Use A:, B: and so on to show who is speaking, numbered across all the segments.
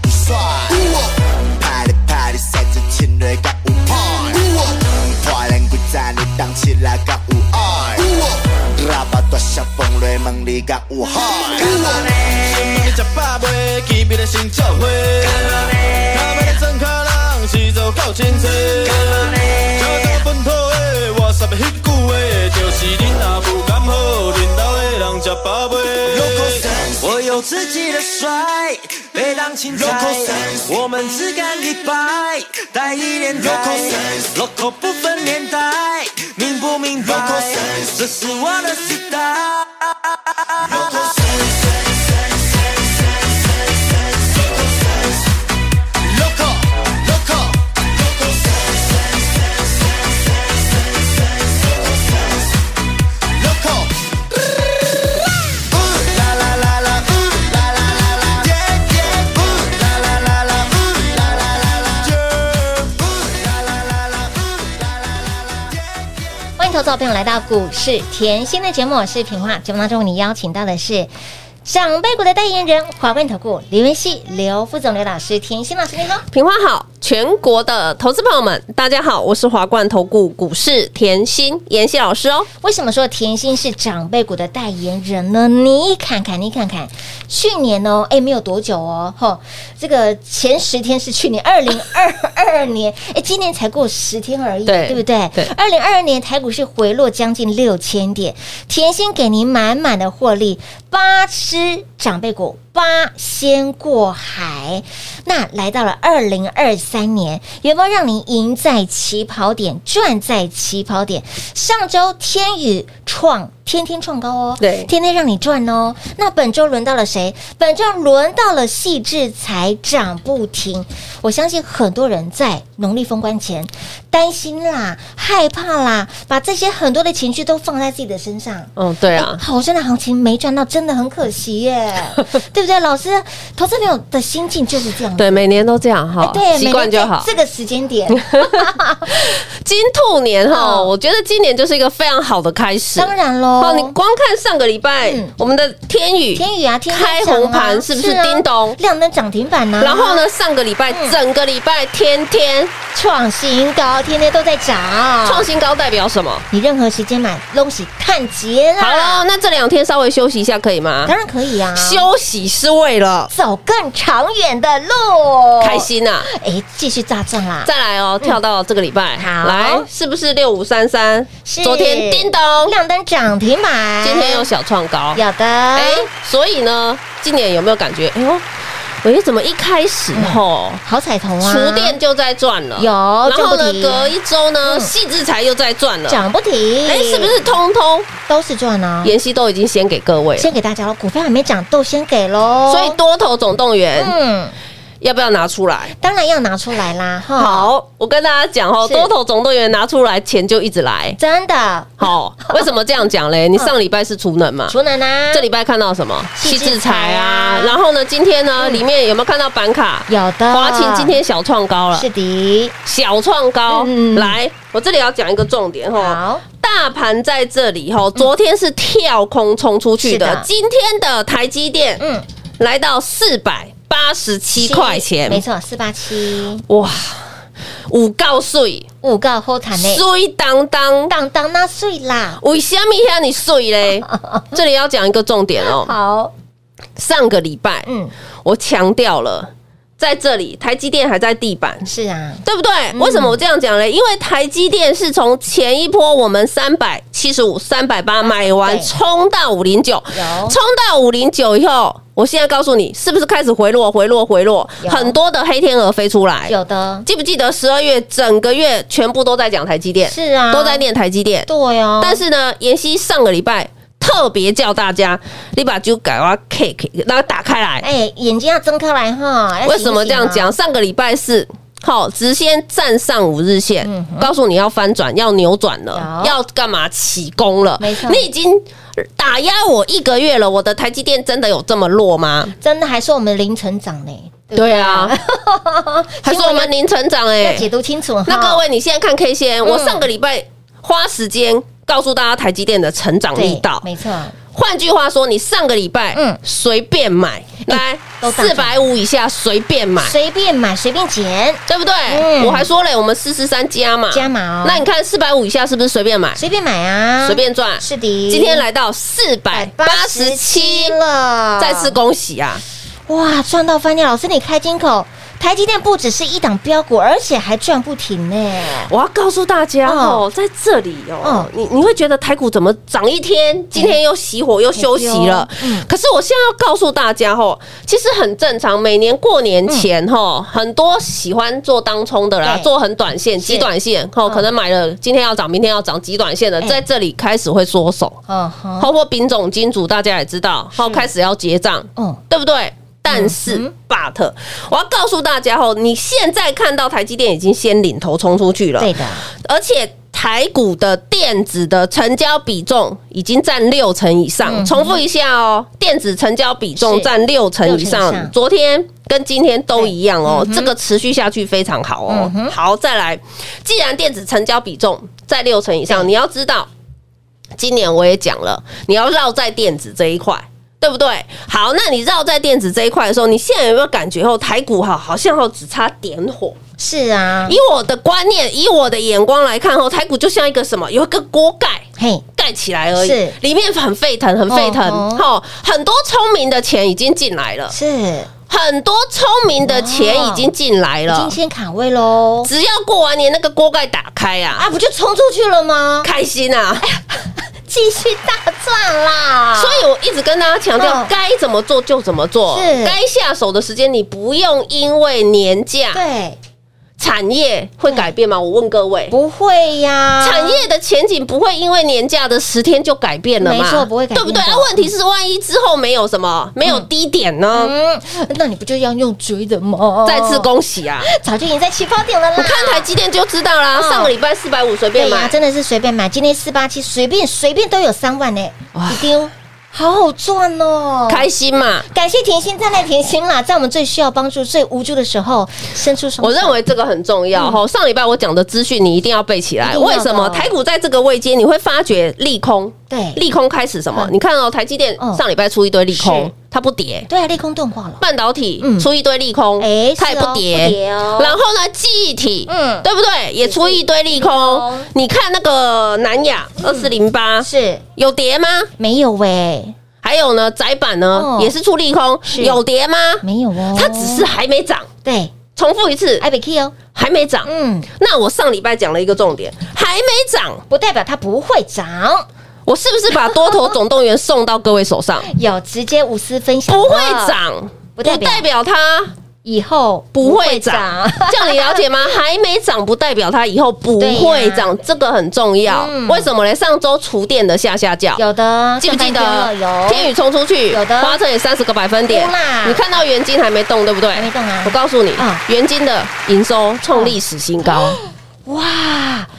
A: 不帅，拍的拍的赛着侵略搞无派，花人鬼在你荡起来搞无爱，喇叭多少风雷梦里搞无害，
B: 你食饱未？起笔来先做伙。他们的装脚人是做够清楚。照到本土的我说的迄句话，就是恁阿母敢好，恁兜的人食饱未？
A: Local sense
C: 我有自己的帅，被当青菜
A: Local sense，
C: 我们只干一百，带一点台
A: Local sense
C: ，local 不分年代，明不明白
A: Local sense
C: 这是我的时代。
A: Local Local Local Local 呜啦啦啦啦呜啦啦啦啦耶耶呜啦啦啦啦呜啦啦啦啦耶呜啦啦啦啦呜啦啦啦啦耶。
D: 欢迎投资者朋友来到股市甜心的节目，我是平化。节目当中，你邀请到的是长辈股的代言人华冠投顾林文熙、刘副总、刘老师、甜心老师，你好。
E: 平花好，全国的投资朋友们，大家好，我是华冠投顾股市甜心妍希老师哦。
D: 为什么说甜心是长辈股的代言人呢？你看看，你看看，去年哦，哎，没有多久哦，吼，这个前十天是去年二零二二年，哎，今年才过十天而已，
E: 对
D: 不对？
E: 对
D: 二零二二年台股是回落将近六千点，甜心给您满满的获利，八只长辈股。八仙过海，那来到了二零二三年，有没有让您赢在起跑点，赚在起跑点？上周天宇创天天创高哦，
E: 对
D: 天天让你赚哦。那本周轮到了谁？本周轮到了细致才涨不停。我相信很多人在农历封关前担心啦、害怕啦，把这些很多的情绪都放在自己的身上。
E: 嗯，对
D: 哎
E: 啊，
D: 好深的行情没赚到，真的很可惜 耶，对不对？老师，投资朋友的心境就是这样。
E: 对，每年都这样
D: 哎，
E: 哈，
D: 对，
E: 习惯
D: 每年
E: 就
D: 在
E: 好。
D: 这个时间 点，
E: 金兔年哈，
D: 嗯
E: 我觉得今年就是一个非常好的开始。
D: 当然喽。
E: 哦，你光看上个礼拜
D: 嗯
E: 我们的天宇，
D: 天宇啊，天天
E: 开
D: 涨啊
E: 红盘是不是
D: 啊
E: 叮咚？
D: 亮灯涨停板呢、啊
E: 然后呢，？上个礼拜
D: 嗯
E: 整个礼拜天天
D: 创新高，天天都在涨。
E: 创新高，代表什么？
D: 你任何时间买东西看节
E: 好了，
D: 啦，
E: 那这两天稍微休息一下可以吗？
D: 当然可以啊。
E: 休息是为了
D: 走更长远的路，
E: 开。心啊！
D: 哎，继续炸涨啦！
E: 再来哦，跳到这个礼拜，
D: 嗯好
E: 来是不是六五三三？
D: 是
E: 昨天叮咚，
D: 亮灯涨停板，
E: 今天有小创高，
D: 有的。
E: 哎
D: 哎，
E: 所以呢，今年有没有感觉？哎呦，喂，怎么一开始吼？
D: 好彩头啊！
E: 厨电就在赚了，
D: 有
E: 然
D: 赚不
E: 后呢，
D: 停
E: 隔一周呢，
D: 嗯
E: 细制材又在赚了，
D: 涨不停，
E: 哎，是不是通通
D: 都是赚呢？
E: 妍希都已经先给各位了？
D: 嗯先给大家了，股票还没涨都先给喽。
E: 所以多头总动员
D: 嗯，
E: 要不要拿出来？
D: 当然要拿出来啦，哈。，
E: 好，我跟大家讲哦，
D: 嗯是
E: 多头总动员拿出来，钱就一直来。
D: 真的，
E: 好，为什么这样讲嘞？
D: 嗯
E: 你上礼拜是储能嘛？
D: 厨能啊，
E: 这礼拜看到什么？
D: 细
E: 细
D: 制
E: 制
D: 裁
E: 裁
D: 啊嗯
E: 啊，然后呢，今天呢，里面有没有看到板卡？
D: 有的。
E: 华勤今天小创高了
D: 是，的，
E: 小创高
D: 嗯。
E: 来，我这里要讲一个重点哈。
D: 好，嗯
E: 大盘在这里吼，昨天是跳空冲出去
D: 是
E: 的
D: 的，
E: 今天的台积电
D: 嗯，
E: 来到四百八十七块钱，
D: 没错，四八七
E: 哇，五告税，
D: 五个后台内，
E: 水当当，
D: 当当纳税啦。
E: 为什么遐你 水嘞？这里要讲一个重点哦，
D: 好，
E: 上个礼拜
D: 嗯，
E: 我强调了，在这里台积电还在地板。
D: 是啊，
E: 对不对？为什么我这样讲嘞？因为台积电是从前一波我们三百七十五、三百八买完，
D: 对
E: 冲到五零九，
D: 有
E: 冲到五零九以后，我现在告诉你，是不是开始回落、回落、回落？
D: 有
E: 很多的黑天鹅飞出来，
D: 有的
E: 记不记得十二月整个月全部都在讲台积电，
D: 是啊，
E: 都在念台积电。
D: 对哦，
E: 但是呢，妍希上个礼拜特别叫大家，你把酒改啊 cake，然后打开来。
D: 哎，眼睛要睁开来哈。要
E: 为什么这样
D: 醒一醒啊？
E: 讲？上个礼拜是好，直先站上五日线，告诉你要翻转，要扭转了，
D: 嗯有
E: 要干嘛起功了？
D: 没错
E: 你已经打压我一个月了，我的台积电真的有这么弱吗？
D: 真的还说我们凌晨涨呢，对不
E: 对啊， 还说我们零成长
D: 要
E: 哎、
D: 解读清嗯楚哈。
E: 那各位，你现在看 K 线，我上个礼拜花时间告诉大家台积电的成长
D: 对
E: 力道。
D: 没错，
E: 换句话说，你上个礼拜
D: 嗯哎
E: 嗯随便买，来
D: 都大
E: 四
D: 涨
E: 百五以下随便买。
D: 随便买随便捡，
E: 对不对？
D: 嗯
E: 我还说嘞，我们四十三加嘛，
D: 加码哦
E: 那你看四百五以下是不是随便买，
D: 随便买啊，
E: 随便赚？
D: 是的。
E: 今天来到四百八十七
D: 187，了，
E: 再次恭喜啊！
D: 哇，赚到翻天！老师，你开金口，台积电不只是一档标股，而且还赚不停呢。
E: 我要告诉大家
D: 哦
E: 哦，在这里哦
D: 嗯，
E: 你你会觉得台股怎么涨一天，今天又熄火又休息了
D: 哎呦嗯。
E: 可是我现在要告诉大家哦，其实很正常，每年过年前哦，很多喜欢做当冲的啦，
D: 嗯对嗯
E: 做很短线、极短线哦，可能买了今天要涨，明天要涨极短线的，
D: 哎
E: 在这里开始会缩手，
D: 嗯哼，
E: 包括丙种金主，大家也知道，哦，开始要结账，
D: 嗯，
E: 对不对？但是、but 我要告诉大家哦，你现在看到台积电已经先领头冲出去了，
D: 对的，
E: 而且台股的电子的成交比重已经占六成以上。重复一下哦，电子成交比
D: 嗯
E: 重
D: 是
E: 占六成以
D: 六
E: 上
D: 成以上嗯
E: 昨天。跟今天都一样哦，这个持续下去非常好哦。好，再来，既然电子成交比重在六成以上，你要知道，今年我也讲了，你要绕在电子这一块，对不对？好，那你绕在电子这一块的时候，你现在有没有感觉哦，台股哈好像哦只差点火，
D: 是啊，
E: 以我的观念，以我的眼光来看，哦，台股就像一个什么，有一个锅盖
D: 嘿，
E: 盖起来而已
D: 是，
E: 里面很沸腾，很沸腾，
D: 哦
E: 吼、很多聪明的钱已经进来了，
D: 是
E: 很多聪明的钱已经进来
D: 已经
E: 了，
D: 先卡位喽，
E: 只要过完年那个锅盖打开啊，
D: 啊，哎不就冲出去了吗？
E: 开心啊！
D: 继续大赚啦！
E: 所以我一直跟大家强调
D: 嗯，
E: 该怎么做就怎么做
D: 是，
E: 该下手的时间你不用因为年假、
D: 啊对，
E: 产业会改变吗？我问各位，
D: 不会呀，
E: 产业的前景不会因为年假的十天就改变了嘛？
D: 没错不会改变
E: 对不对？
D: 的
E: 啊，问题是万一之后没有什么，没有低点呢？
D: 嗯，哦那你不就要用追的吗？
E: 再次，恭喜啊！
D: 早就赢在起跑点了啦！
E: 我看台积电就知道啦，
D: 嗯
E: 上个礼拜四百五随便
D: 对呀，
E: 买，
D: 真的是随便买，今天四八七随便随便都有三万呢，一丢，好好赚哦！
E: 开心嘛？
D: 感谢甜心，赞叹甜心啦，在我们最需要帮助、最无助的时候，伸出手。
E: 我认为这个很重要哈。上礼拜我讲的资讯你一定要背
D: 嗯
E: 起
D: 一
E: 来，
D: 定要
E: 为
D: 的哦
E: 什么台股在这个位阶你会发觉利空？
D: 对
E: 利空开始什么？
D: 嗯
E: 你看哦，台积电
D: 嗯
E: 上礼拜出一堆利空
D: 是，
E: 它不跌。
D: 对啊，利空钝化了，
E: 半导体
D: 嗯
E: 出一堆利空，
D: 哎
E: 它也
D: 是哦
E: 不跌，
D: 不跌哦
E: 然后呢，记忆体，
D: 嗯
E: 嗯，对不对？也出一堆利空。你看那个南亚
D: 嗯
E: 二四零八
D: 是
E: 有跌吗？
D: 没有欸喂，
E: 还有呢，窄板呢
D: 哦
E: 也是出利空，
D: 是
E: 有跌吗？
D: 没有哦，
E: 它只是还没涨。
D: 对
E: 重复一次，
D: 艾比 K 哦，
E: 还没涨。
D: 嗯，
E: 那我上礼拜讲了一个重点，还没涨，
D: 不代表它不会涨，
E: 我是不是把多头总动员送到各位 手上？
D: 有直接无私分享，
E: 不会，涨，
D: 不
E: 不
D: 代表
E: 代表它
D: 以后
E: 不会涨，这样你了解吗？还没涨不代表它以后不会涨，这个很重要。
D: 嗯
E: 为什么呢？上周厨电的下下 叫。
D: 有的
E: 记不记
D: 上班
E: 得
D: 丢了有
E: 天宇冲出去，
D: 有的
E: 华晨也三十个百分点
D: 有啦，
E: 你看到元金还没动，对不对？
D: 还没动啊
E: 我告诉你
D: 嗯，
E: 元金的营收创历史新高，
D: 哇，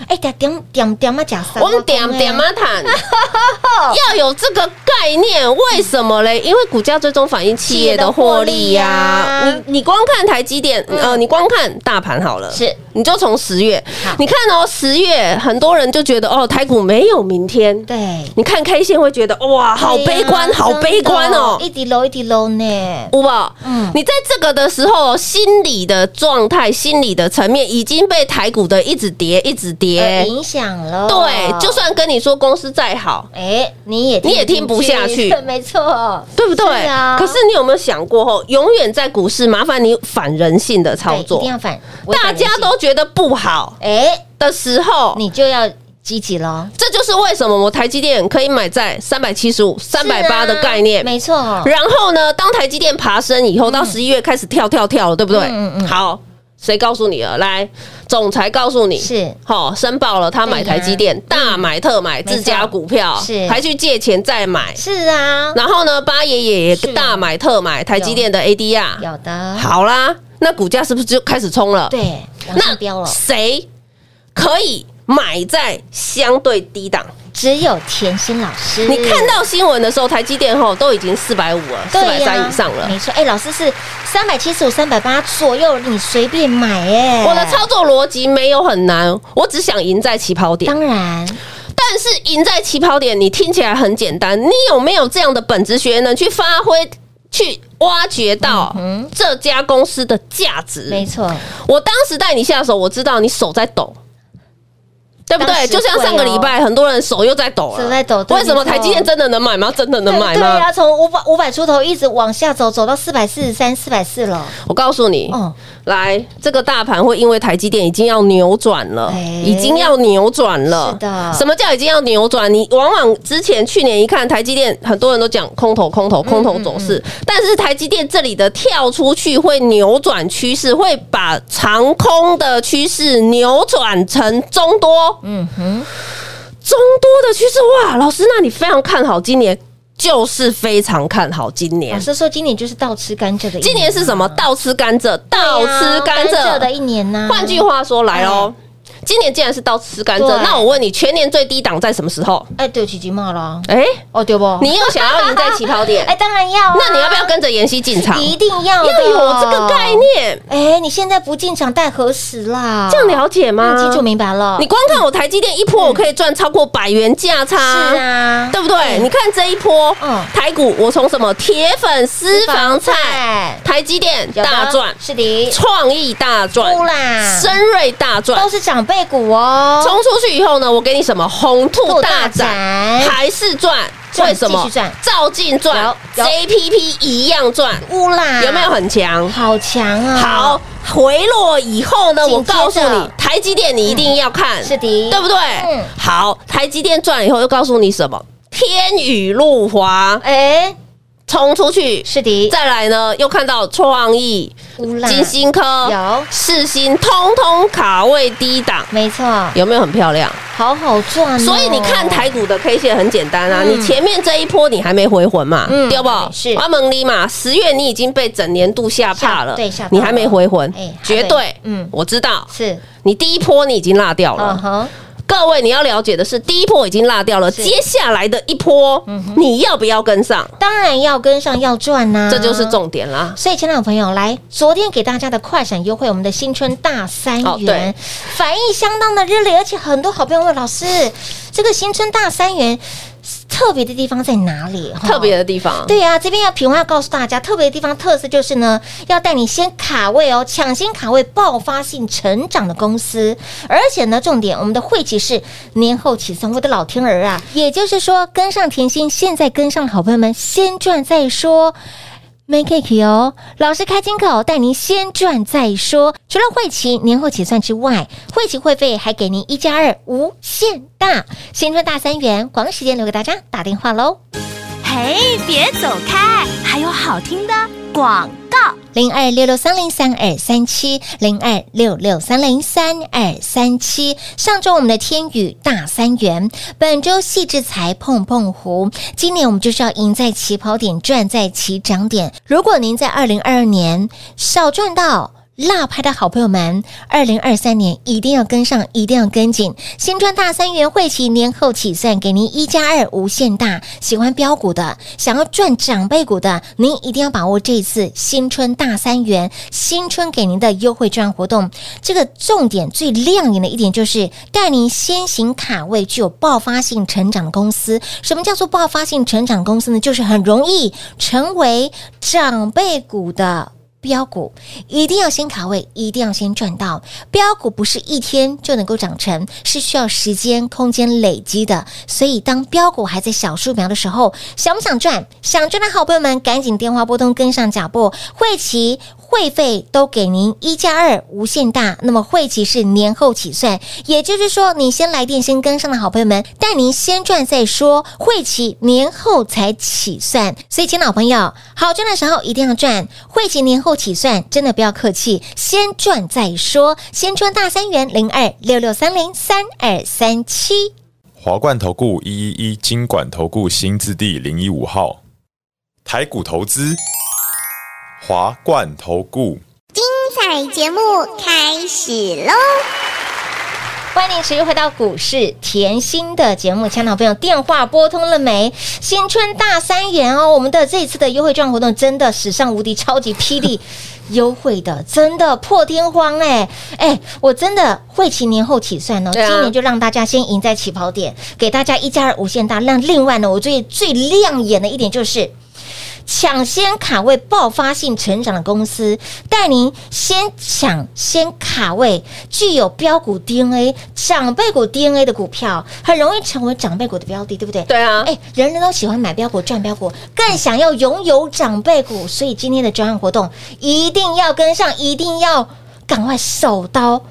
D: 哎点点点点啊，假三，
E: 我们点点
D: 哎
E: 哦啊谈， 要有这个概念，为什么嘞？因为股价最终反映企业的获利呀、
D: 企业的获利呀嗯
E: 你你光看台积电，呃，你光看大盘好了，
D: 是，
E: 你就从十月
D: 好，
E: 你看哦，十月很多人就觉得哦，台股没有明天。
D: 对，
E: 你看 K 线会觉得哇，好悲观，
D: 对啊
E: 好悲观哦
D: 真的。一滴楼一滴楼呢，
E: 吴宝，
D: 嗯
E: 你在这个的时候，心理的状态、心理的层面已经被台股的一直跌、一直
D: 呃
E: 跌。
D: 影响了，
E: 对，就算跟你说公司再好，
D: 哎，你也
E: 你也听不下去
D: 没错，
E: 对不对？
D: 是啊
E: 可是你有没有想过，吼，永远在股市，麻烦你反人性的操
D: 对一
E: 作
D: 定。要反，
E: 大家都觉得不好
D: 哎，
E: 的时候，
D: 你就要积极喽，
E: 这就是为什么我台积电可以买在三百七十五、三百八
D: 是啊
E: 的概念。
D: 没错，
E: 然后呢，当台积电爬升以后，到十一月开始跳跳跳了，对不对？
D: 嗯嗯嗯
E: 好，谁告诉你了？来，总裁告诉你
D: 是
E: 好、申报了，他买
D: 对呀啊嗯
E: 台积电，大买特买
D: 没错
E: 自家股票，
D: 是
E: 还去借钱再买。
D: 是啊，
E: 然后呢，八爷爷也
D: 是
E: 大买特买台积电的 ADR，
D: 有的，
E: 好啦，那股价是不是就开始冲了？
D: 对，往上飙
E: 那
D: 了，
E: 谁可以买在相对低档？
D: 只有甜心老师，
E: 你看到新闻的时候，台积电吼都已经四百五了，四
D: 对
E: 百
D: 呀
E: 三以上了。
D: 没错，哎，老师是三百七十五、三百八左右，你随便买哎。
E: 我的操作逻辑没有很难，我只想赢在起跑点。
D: 当然
E: 但是赢在起跑点，你听起来很简单，你有没有这样的本职学员能去发挥、去挖掘到这家公司的价值？
D: 嗯没错，
E: 我当时带你下手，我知道你手在抖，对不
D: 当
E: 对？
D: 时
E: 就像上个礼拜，很多人手又在抖了，
D: 手在抖对
E: 为什么
D: 没错
E: 台积电真的能买吗？真的能买
D: 对
E: 吗？
D: 呀，从五百五百出头一直往下走，走到四百四十三、四百四了。
E: 我告诉你，
D: 哦，
E: 来，这个大盘会因为台积电已经要扭转了，
D: 哎
E: 已经要扭转了。
D: 是的
E: 什么叫已经要扭转？你往往之前去年一看台积电，很多人都讲空头、空头、空头走
D: 嗯
E: 势，但是台积电这里的跳出去会扭转趋势，会把长空的趋势扭转成中多。嗯哼，中多的趋势哇，老师，那你非常看好今年，就是非常看好今年
D: 老。师说今年就是倒吃甘蔗的一年，啊
E: 今年是什么？倒吃甘蔗，倒
D: 对
E: 吃
D: 呀
E: 甘
D: 蔗
E: 蔗
D: 的一年呢？
E: 换句话说来喽，今年既然是到吃甘蔗
D: 哎对，
E: 那我问你，全年最低档在什么时候？
D: 哎，对，起鸡骂了，
E: 哎，
D: 哦，对不？
E: 你又想要赢在起跑点
D: 哎，，当啊然要啊，
E: 那你要不要跟着妍希进场？
D: 一定要的
E: 要有这个概。念，
D: 哎，你现在不进场待何时啦？
E: 这样了解吗
D: 嗯？清楚明白了。
E: 你光看我台积电一波，我可以赚超过百元价差。
D: 是。啊，
E: 对不对？你看这一波
D: 嗯，
E: 台股我从什么铁粉、私
D: 私房
E: 房菜
D: 菜、
E: 台积电
D: 有的
E: 大赚，
D: 是的，
E: 创意大赚
D: 出，啦，
E: 深瑞大赚
D: 都，是长辈股哦，
E: 冲出去以后呢，我给你什么红兔大
D: 兔大
E: 展
D: 展
E: 还是赚？
D: 赚
E: 为什么
D: 继续赚？
E: 照进赚
D: 有有啊
E: ，JPP 一样赚，
D: 乌啦，
E: 有没有？很强？
D: 好强啊！
E: 好，，回落以后呢，
D: 紧
E: 我
D: 接着
E: 告诉你，台积电你一定要看，
D: 是的
E: 对不对
D: 嗯？
E: 好，台积电赚了以后又告诉你什么？天宇路华
D: 哎，
E: 冲出去，
D: 是的，
E: 再来呢又看到创意、
D: 乌啦，
E: 金星科、
D: 有
E: 世新，通通卡位低档，
D: 没错，
E: 有没有很漂亮？
D: 好好赚哦。
E: 所以你看台股的 K 线很简单啊，
D: 嗯
E: 你前面这一波你还没回魂嘛，
D: 嗯
E: 对不？
D: 是
E: 阿蒙利嘛，十月你已经被整年度吓怕了，
D: 吓对吓到了
E: 你还没回魂
D: 哎还没，
E: 绝对，嗯
D: 嗯，
E: 我知道，
D: 是，
E: 你第一波你已经落掉
D: 嗯
E: 了。
D: 哼，
E: 各位你要了解的是，第一波已经落掉了，
D: 是嗯
E: 接下来的一波你要不要跟上？
D: 当然要跟上，要赚啊呐，
E: 这就是。重点啦。
D: 所以，亲爱的朋友，来，昨天给大家的快闪优惠，我们的新春大三
E: 哦
D: 元，
E: 对
D: 反应相当的热烈，而且很多好朋友问老师，这个新春大三元特别的地方在哪里？哈
E: 特别的地方，
D: 对啊呀、这边要平花告诉大家，特别的地方特色就是呢，要带你先卡位哦，抢先卡位爆发性成长的公司，而且呢，重点我们的会期是年后起算，我的老天儿啊！也就是说，跟上甜心，现在跟上的好朋友们，先赚再说。Make it 哦，老师开金口，带您先赚再说。除了会期年后结算之外，会期会费还给您一加二无限大，先赚大三元。广告时间留给大家打电话喽。
F: 嘿，别走开，还有好听的广告。
D: 零二六六三零三二三七，零二六六三零三二三七。上周我们的天宇大三元，本周细制才碰碰胡。今年我们就是要赢在起跑点，赚在起涨点。如果您在二零二二年少赚到。落拍的好朋友们，二零二三年一定要跟上，一定要跟紧。新川大三元会期年后起算，给您一加二无限大。喜欢标股的，想要赚长辈股的，您一定要把握这次新春大三元新春给您的优惠券活动。这个重点最亮眼的一点就是带您先行卡位具有爆发性成长的公司。什么叫做爆发性成长公司呢？就是很容易成为长辈股的。标股一定要先卡位，一定要先赚到。标股不是一天就能够长成，是需要时间、空间累积的。所以，当标股还在小树苗的时候，想不想赚？想赚的好朋友们，赶紧电话拨通，跟上脚步。会期会费都给您一加二无限大，那么会期是年后起算，也就是说，你先来电先跟上的好朋友们，带您先赚再说，会期年后才起算。所以，亲老朋友，好赚的时候一定要赚，会期年后起算，真的不要客气，先赚再说。先赚大三元零二六六三零三二三七。
G: 华冠投顾一一一金管投顾新字第零一五号，台股投资，华冠投顾。
H: 彩节目开始喽！
D: 欢迎你持续回到股市甜心的节目，亲爱的朋友，电话拨通了没？新春大三元哦，我们的这一次的优惠券活动真的史上无敌，超级霹雳优惠的，真的破天荒哎、哎，我真的会期年后起算哦，
E: 对啊
D: 今年就让大家先赢在起跑点，给大家一加二无限大。让另外呢，我最最亮眼的一点就是。抢先卡位爆发性成长的公司，带您先抢先卡位具有标股 DNA、长辈股 DNA 的股票，很容易成为长辈股的标的，对不对？
E: 对啊，
D: 哎，人人都喜欢买标股、赚标股，更想要拥有长辈股，所以今天的专案活动一定要跟上，一定要赶快手刀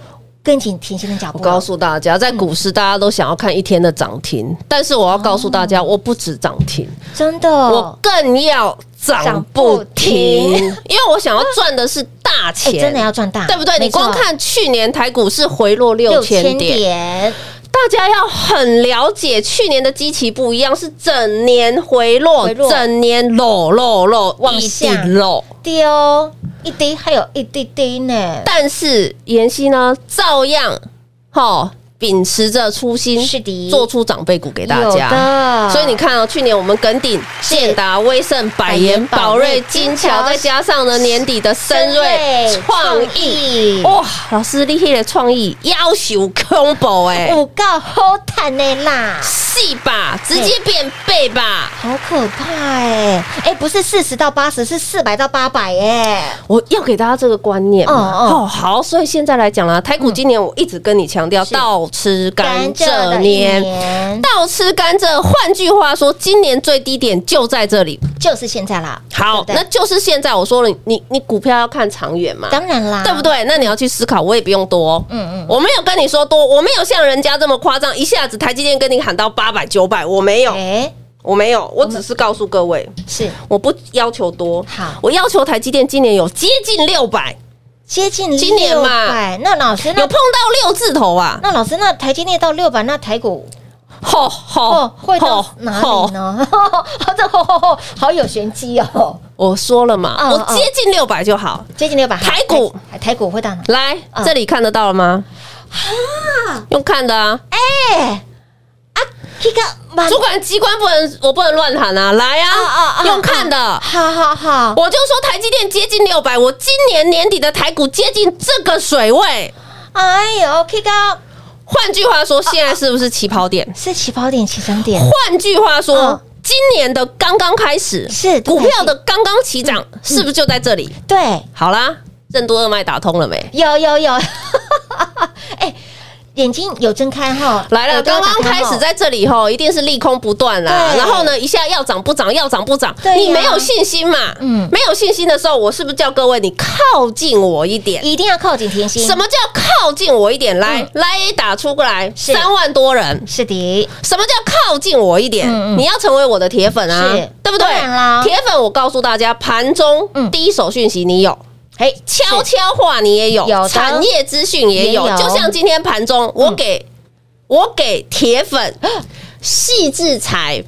D: 跟紧甜心的脚步哦
E: 我
D: 了。
E: 告诉大家，在股市大家都想要看一天的涨停，但是我要告诉大
D: 哦
E: 家，我不止涨停，
D: 真的，哦
E: 我更要嗯涨不停
D: 涨不，
E: 因为我想要赚的是大
D: 哎
E: 钱，
D: 真的要赚大，
E: 对不对？你
D: 没错
E: 光看去年台股是回落六
D: 六
E: 千
D: 千
E: 点，
D: 点，
E: 大家要很了解，去年的基期不一样，是整年回落，
D: 回落
E: 整年落落落
D: 往
E: 一
D: 下
E: 直落。
D: 丢一滴，还有一滴滴呢。
E: 但是妍希呢，照样哈秉持着初心，
D: 是的
E: 做出长辈股给大
D: 有
E: 家
D: 的。
E: 所以你看哦，去年我们耿鼎、建达、威盛、百
D: 研
E: 元、
D: 宝
E: 宝瑞
D: 瑞、
E: 金
D: 金桥
E: 桥，再加上呢年底的深瑞、创意，
D: 意
E: 哦哇，老师厉害的创意，要求 combo 哎、
D: 五告好坦的啦，
E: 细吧，直接变背吧。
D: 好可怕哎、哎、不是四十到八十，是四百到八百哎，
E: 我要给大家这个观念嘛
D: 哦哦嗯
E: 哦好，所以现在来讲啦，台股今年我一直跟你强调，
D: 是
E: 倒吃甘蔗
D: 的一
E: 年，
D: 年
E: 倒吃甘蔗。换句话说，今年最低点就在这里。
D: 就是现在啦。
E: 好，
D: 对不
E: 那
D: 对
E: 就是现在我说了，你你股票要看长远嘛。
D: 当然啦，
E: 对不？对？那你要去思考，我也不用多、嗯
D: 嗯
E: 嗯，我没有跟你说多，我没有像人家这么夸张，一下子台积电跟你喊到八百九百，我没有，
D: 哎，
E: 我没有，我只是告诉各位，
D: 是
E: 我不要求多，
D: 好
E: 我要求台积电今年有接近六百，
D: 接近
E: 今年嘛
D: 600那老师
E: 有
D: 那
E: 碰到六字头啊！
D: 那老师那台积电到六百，那台股
E: 吼
D: 哦
E: 吼
D: 会到哪里呢？这吼吼吼，好有玄机哦，
E: 我说了嘛，
D: 嗯
E: 我
D: 嗯
E: 接近六百就好。
D: 接近六百。
E: 台股
D: 台哎台股会到哪？
E: 来
D: 嗯，
E: 这里看得到了吗？用看的啊，
D: 哎一个满
E: 主管机关不能，我不能乱喊啊！来
D: 啊啊
E: 啊，用看的。
D: 好好好，
E: 我就说台积电接近六百，我今年年底的台股接近这个水位。
D: 哎呦，K 高
E: 换句话说，现在是不是起跑点？
D: 是起跑点、起涨点，
E: 换句话
D: 嗯
E: 说，今年的刚刚开始，
D: 是嗯
E: 股票的刚刚起涨，是不是就在这里？
D: 对，
E: 好啦，任督二脉打通了没？
D: 有有有， 哎，眼睛有睁开哈，
E: 来了，
D: 耳朵
E: 刚
D: 有打
E: 刚
D: 开
E: 开
D: 哈
E: 始在这里吼，一定是利空不断啦。
D: 对
E: 然后呢，一下要涨不涨，要涨不涨
D: 对呀，
E: 你没有信心嘛？
D: 嗯
E: 嗯，没有信心的时候，我是不是叫各位你靠近我一点？
D: 一定要靠近甜心，
E: 什么叫靠近我一点？来，来 A 打出过来，
D: 嗯是
E: 三万多人。
D: 是的，
E: 什么叫靠近我一点？
D: 嗯嗯
E: 你要成为我的铁粉啊
D: 是，
E: 对不对
D: 当然啦？
E: 铁粉，我告诉大家，盘中
D: 嗯
E: 第一手讯息你有，
D: 哎，
E: 悄悄话你也有，
D: 有的
E: 产业资讯也有
D: 也有嗯
E: 就像今天盘中，我给、我给铁粉
D: 啊
E: 细制裁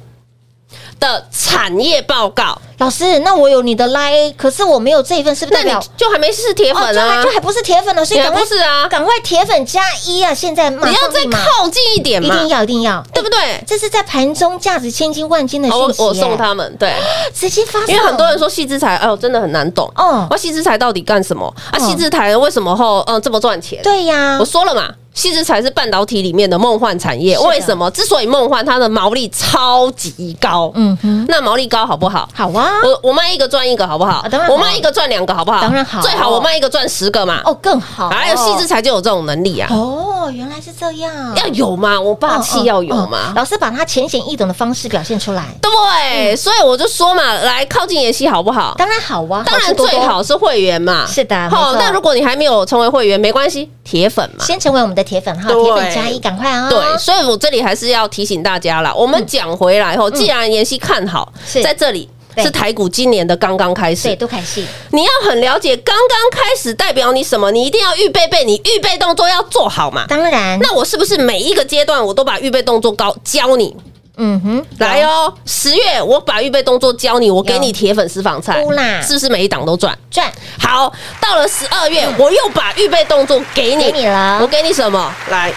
E: 的产业报告，
D: 老师，那我有你的 line，可是我没有这一份，是不是代
E: 那你
D: 表
E: 就还没是铁
D: 哦，
E: 粉
D: 就还
E: 啊
D: 就？还不是铁粉呢？哦所以
E: 你还
D: 赶快
E: 不是啊
D: 赶快铁粉加一啊！现在马
E: 你要
D: 上
E: 再
D: 立马，
E: 靠近一点
D: 一定
E: 嘛，
D: 要一定要，
E: 对不对？
D: 这是在盘中价值千金万金的
E: 好我
D: 讯息，
E: 我送，他们对。
D: 直接发送，
E: 因为很多人说细制裁，哎呦，真的很难懂。
D: 啊嗯
E: 哦，哇，细制裁到底干什么？啊，细制裁为什么后嗯这么赚钱？
D: 对呀
E: 我，说了嘛，细制裁是半导体里面的梦幻产业。
D: 是的啊
E: 为什么？之所以梦幻，它的毛利超级高。
D: 嗯哼，
E: 那毛利高好不好？
D: 好啊，
E: 我我卖一个赚一个好不好
D: 啊当然？好
E: 我卖一个赚两个好不好？
D: 当然好
E: 最好我卖一个赚十个嘛。哎
D: 哦，更好，
E: 还有细制裁就有这种能力啊，
D: 哦，原来是这样，
E: 要有嘛，我霸气要有
D: 嗯嗯
E: 嘛
D: 嗯。老师把他浅显易懂的方式表现出来，嗯
E: 对，所以我就说嘛，来靠近妍希好不好？
D: 当然好啊，
E: 当
D: 吃
E: 然
D: 多
E: 最
D: 多
E: 好是会员嘛，
D: 是的没
E: 好，
D: 错
E: 那如果你还没有成为会员，没关系，铁粉嘛。
D: 先成为我们的铁粉哈，
E: 对
D: 铁粉加一，赶快啊！
E: 对，所以我这里还是要提醒大家啦。我们讲回来后，既然妍希看好
D: 嗯是，
E: 在这里
D: 对
E: 是台股今年的刚刚开
D: 对，
E: 始，
D: 杜凯戏
E: 你要很了解刚刚开始代表你什么，你一定要预备备，你预备动作要做好嘛。
D: 当然
E: 那我是不是每一个阶段我都把预备动作高教你？
D: 嗯哼，
E: 来哦，十月我把预备动作教你，我给
D: 有
E: 你铁粉私房菜
D: 呼啦，
E: 是不是每一档都赚？
D: 赚
E: 好，到了十二月，我又把预备动作给你，
D: 嗯给你了
E: 我给你什么？来，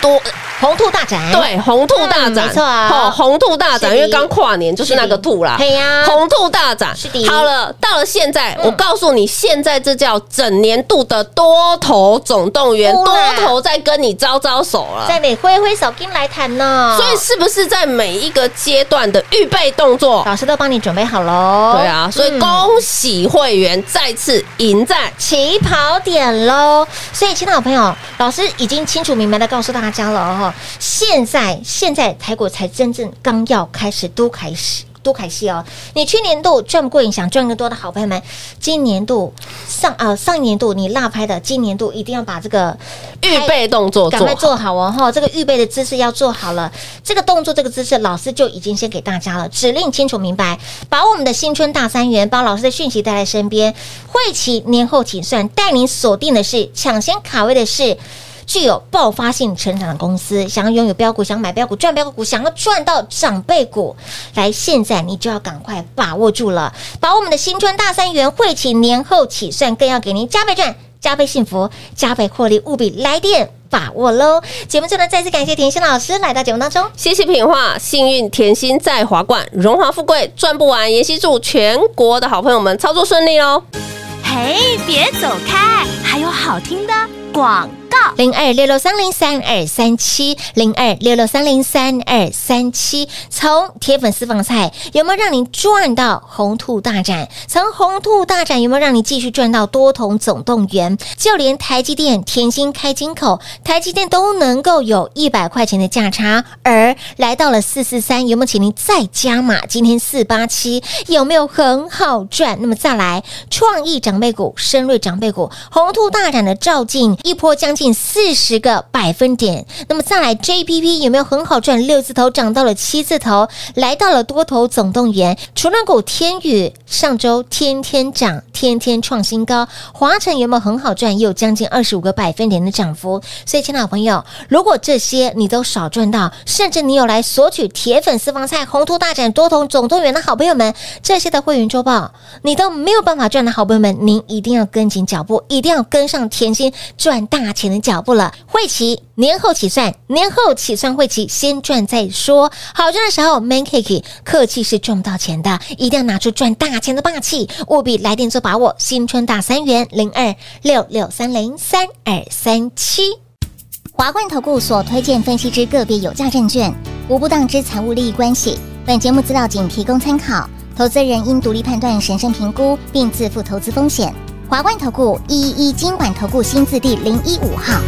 E: 多
D: 红兔大展，
E: 对红兔大展，
D: 嗯没错啊
E: 哦，红兔大展，
D: 是的
E: 因为刚跨年就是那个兔啦，
D: 嘿呀
E: 红兔大展
D: 是的嗯
E: 好了，到了现在，我告诉你，现在这叫整年度的多头总动员，
D: 呼
E: 多
D: 啦
E: 头在跟你招招手了，
D: 在美挥挥手跟来谈呢，
E: 所以是不是在每一个阶段的预备动作？
D: 老师都帮你准备好喽。
E: 对啊，所以
D: 嗯
E: 恭喜会员再次赢在
D: 起跑点喽。所以，亲爱的朋友，老师已经清楚明白的告诉大家了哈、哦。现在，现在台股才真正刚要开始，都开始。都开始哦！你去年度赚不过瘾，想赚更多的好朋友们，今年度上呃上一年度你落拍的，今年度一定要把这个
E: 预备动作
D: 哎赶
E: 做
D: 快
E: 好。
D: 做好哦，哈，这个预备的姿势要做好了，这个动作这个姿势老师就已经先给大家了，指令清楚明白，把我们的新春大三元，把老师的讯息带在身边，会期年后请算，带您锁定的是抢先卡位的是。具有爆发性成长的公司，想要拥有标股，想买标股赚标股，想要赚到长辈股，来现在你就要赶快把握住了，把我们的新春大三元会期年后起算，更要给您加倍赚。加倍幸福，加倍获利，务必来电把握喽！节目最后呢，再次感谢甜心老师来到节目当中。
E: 谢谢品画，幸运甜心在华冠，荣华富贵赚不完。妍希祝全国的好朋友们操作顺利哦。
F: 嘿，别走开，还有好听的广告。
D: 零二六六三零三二三七，零二六六三零三二三七。从铁粉私房菜有没有让你赚到红兔大展？从红兔大展有没有让你继续赚到多头总动员？就连台积电、甜心开金口，台积电都能够有一百块钱的价差，而来到了四四三，有没有请您再加码？今天四八七有没有很好赚？那么再来创意长辈股、深瑞长辈股、红兔大展的照进一波将近四十个百分点。那么再来 JPP 有没有很好赚？六字头涨到了七字头，来到了多头总动员。除了股天宇上周天天涨，天天创新高，华晨有没有很好赚？也有将近二十五个百分点的涨幅。所以，亲爱的朋友，如果这些你都少赚到，甚至你有来索取铁粉私房菜、宏图大展、多头总动员的好朋友们，这些的会员周报你都没有办法赚的好朋友们，您一定要跟紧脚步，一定要跟上甜心赚大钱的脚步了。会期年后起算，年后起算会期先赚再说。好赚的时候，man cake 客气是赚不到钱的，一定要拿出赚大钱的霸气，务必来电做把握。新春大三元零二六六三零三二三七。
I: 华冠投顾所推荐分析之个别有价证券，无不当之财务利益关系。本节目资料仅提供参考，投资人应独立判断、审慎评估，并自负投资风险。华冠投顾一一一金管投顾新字第零一五号。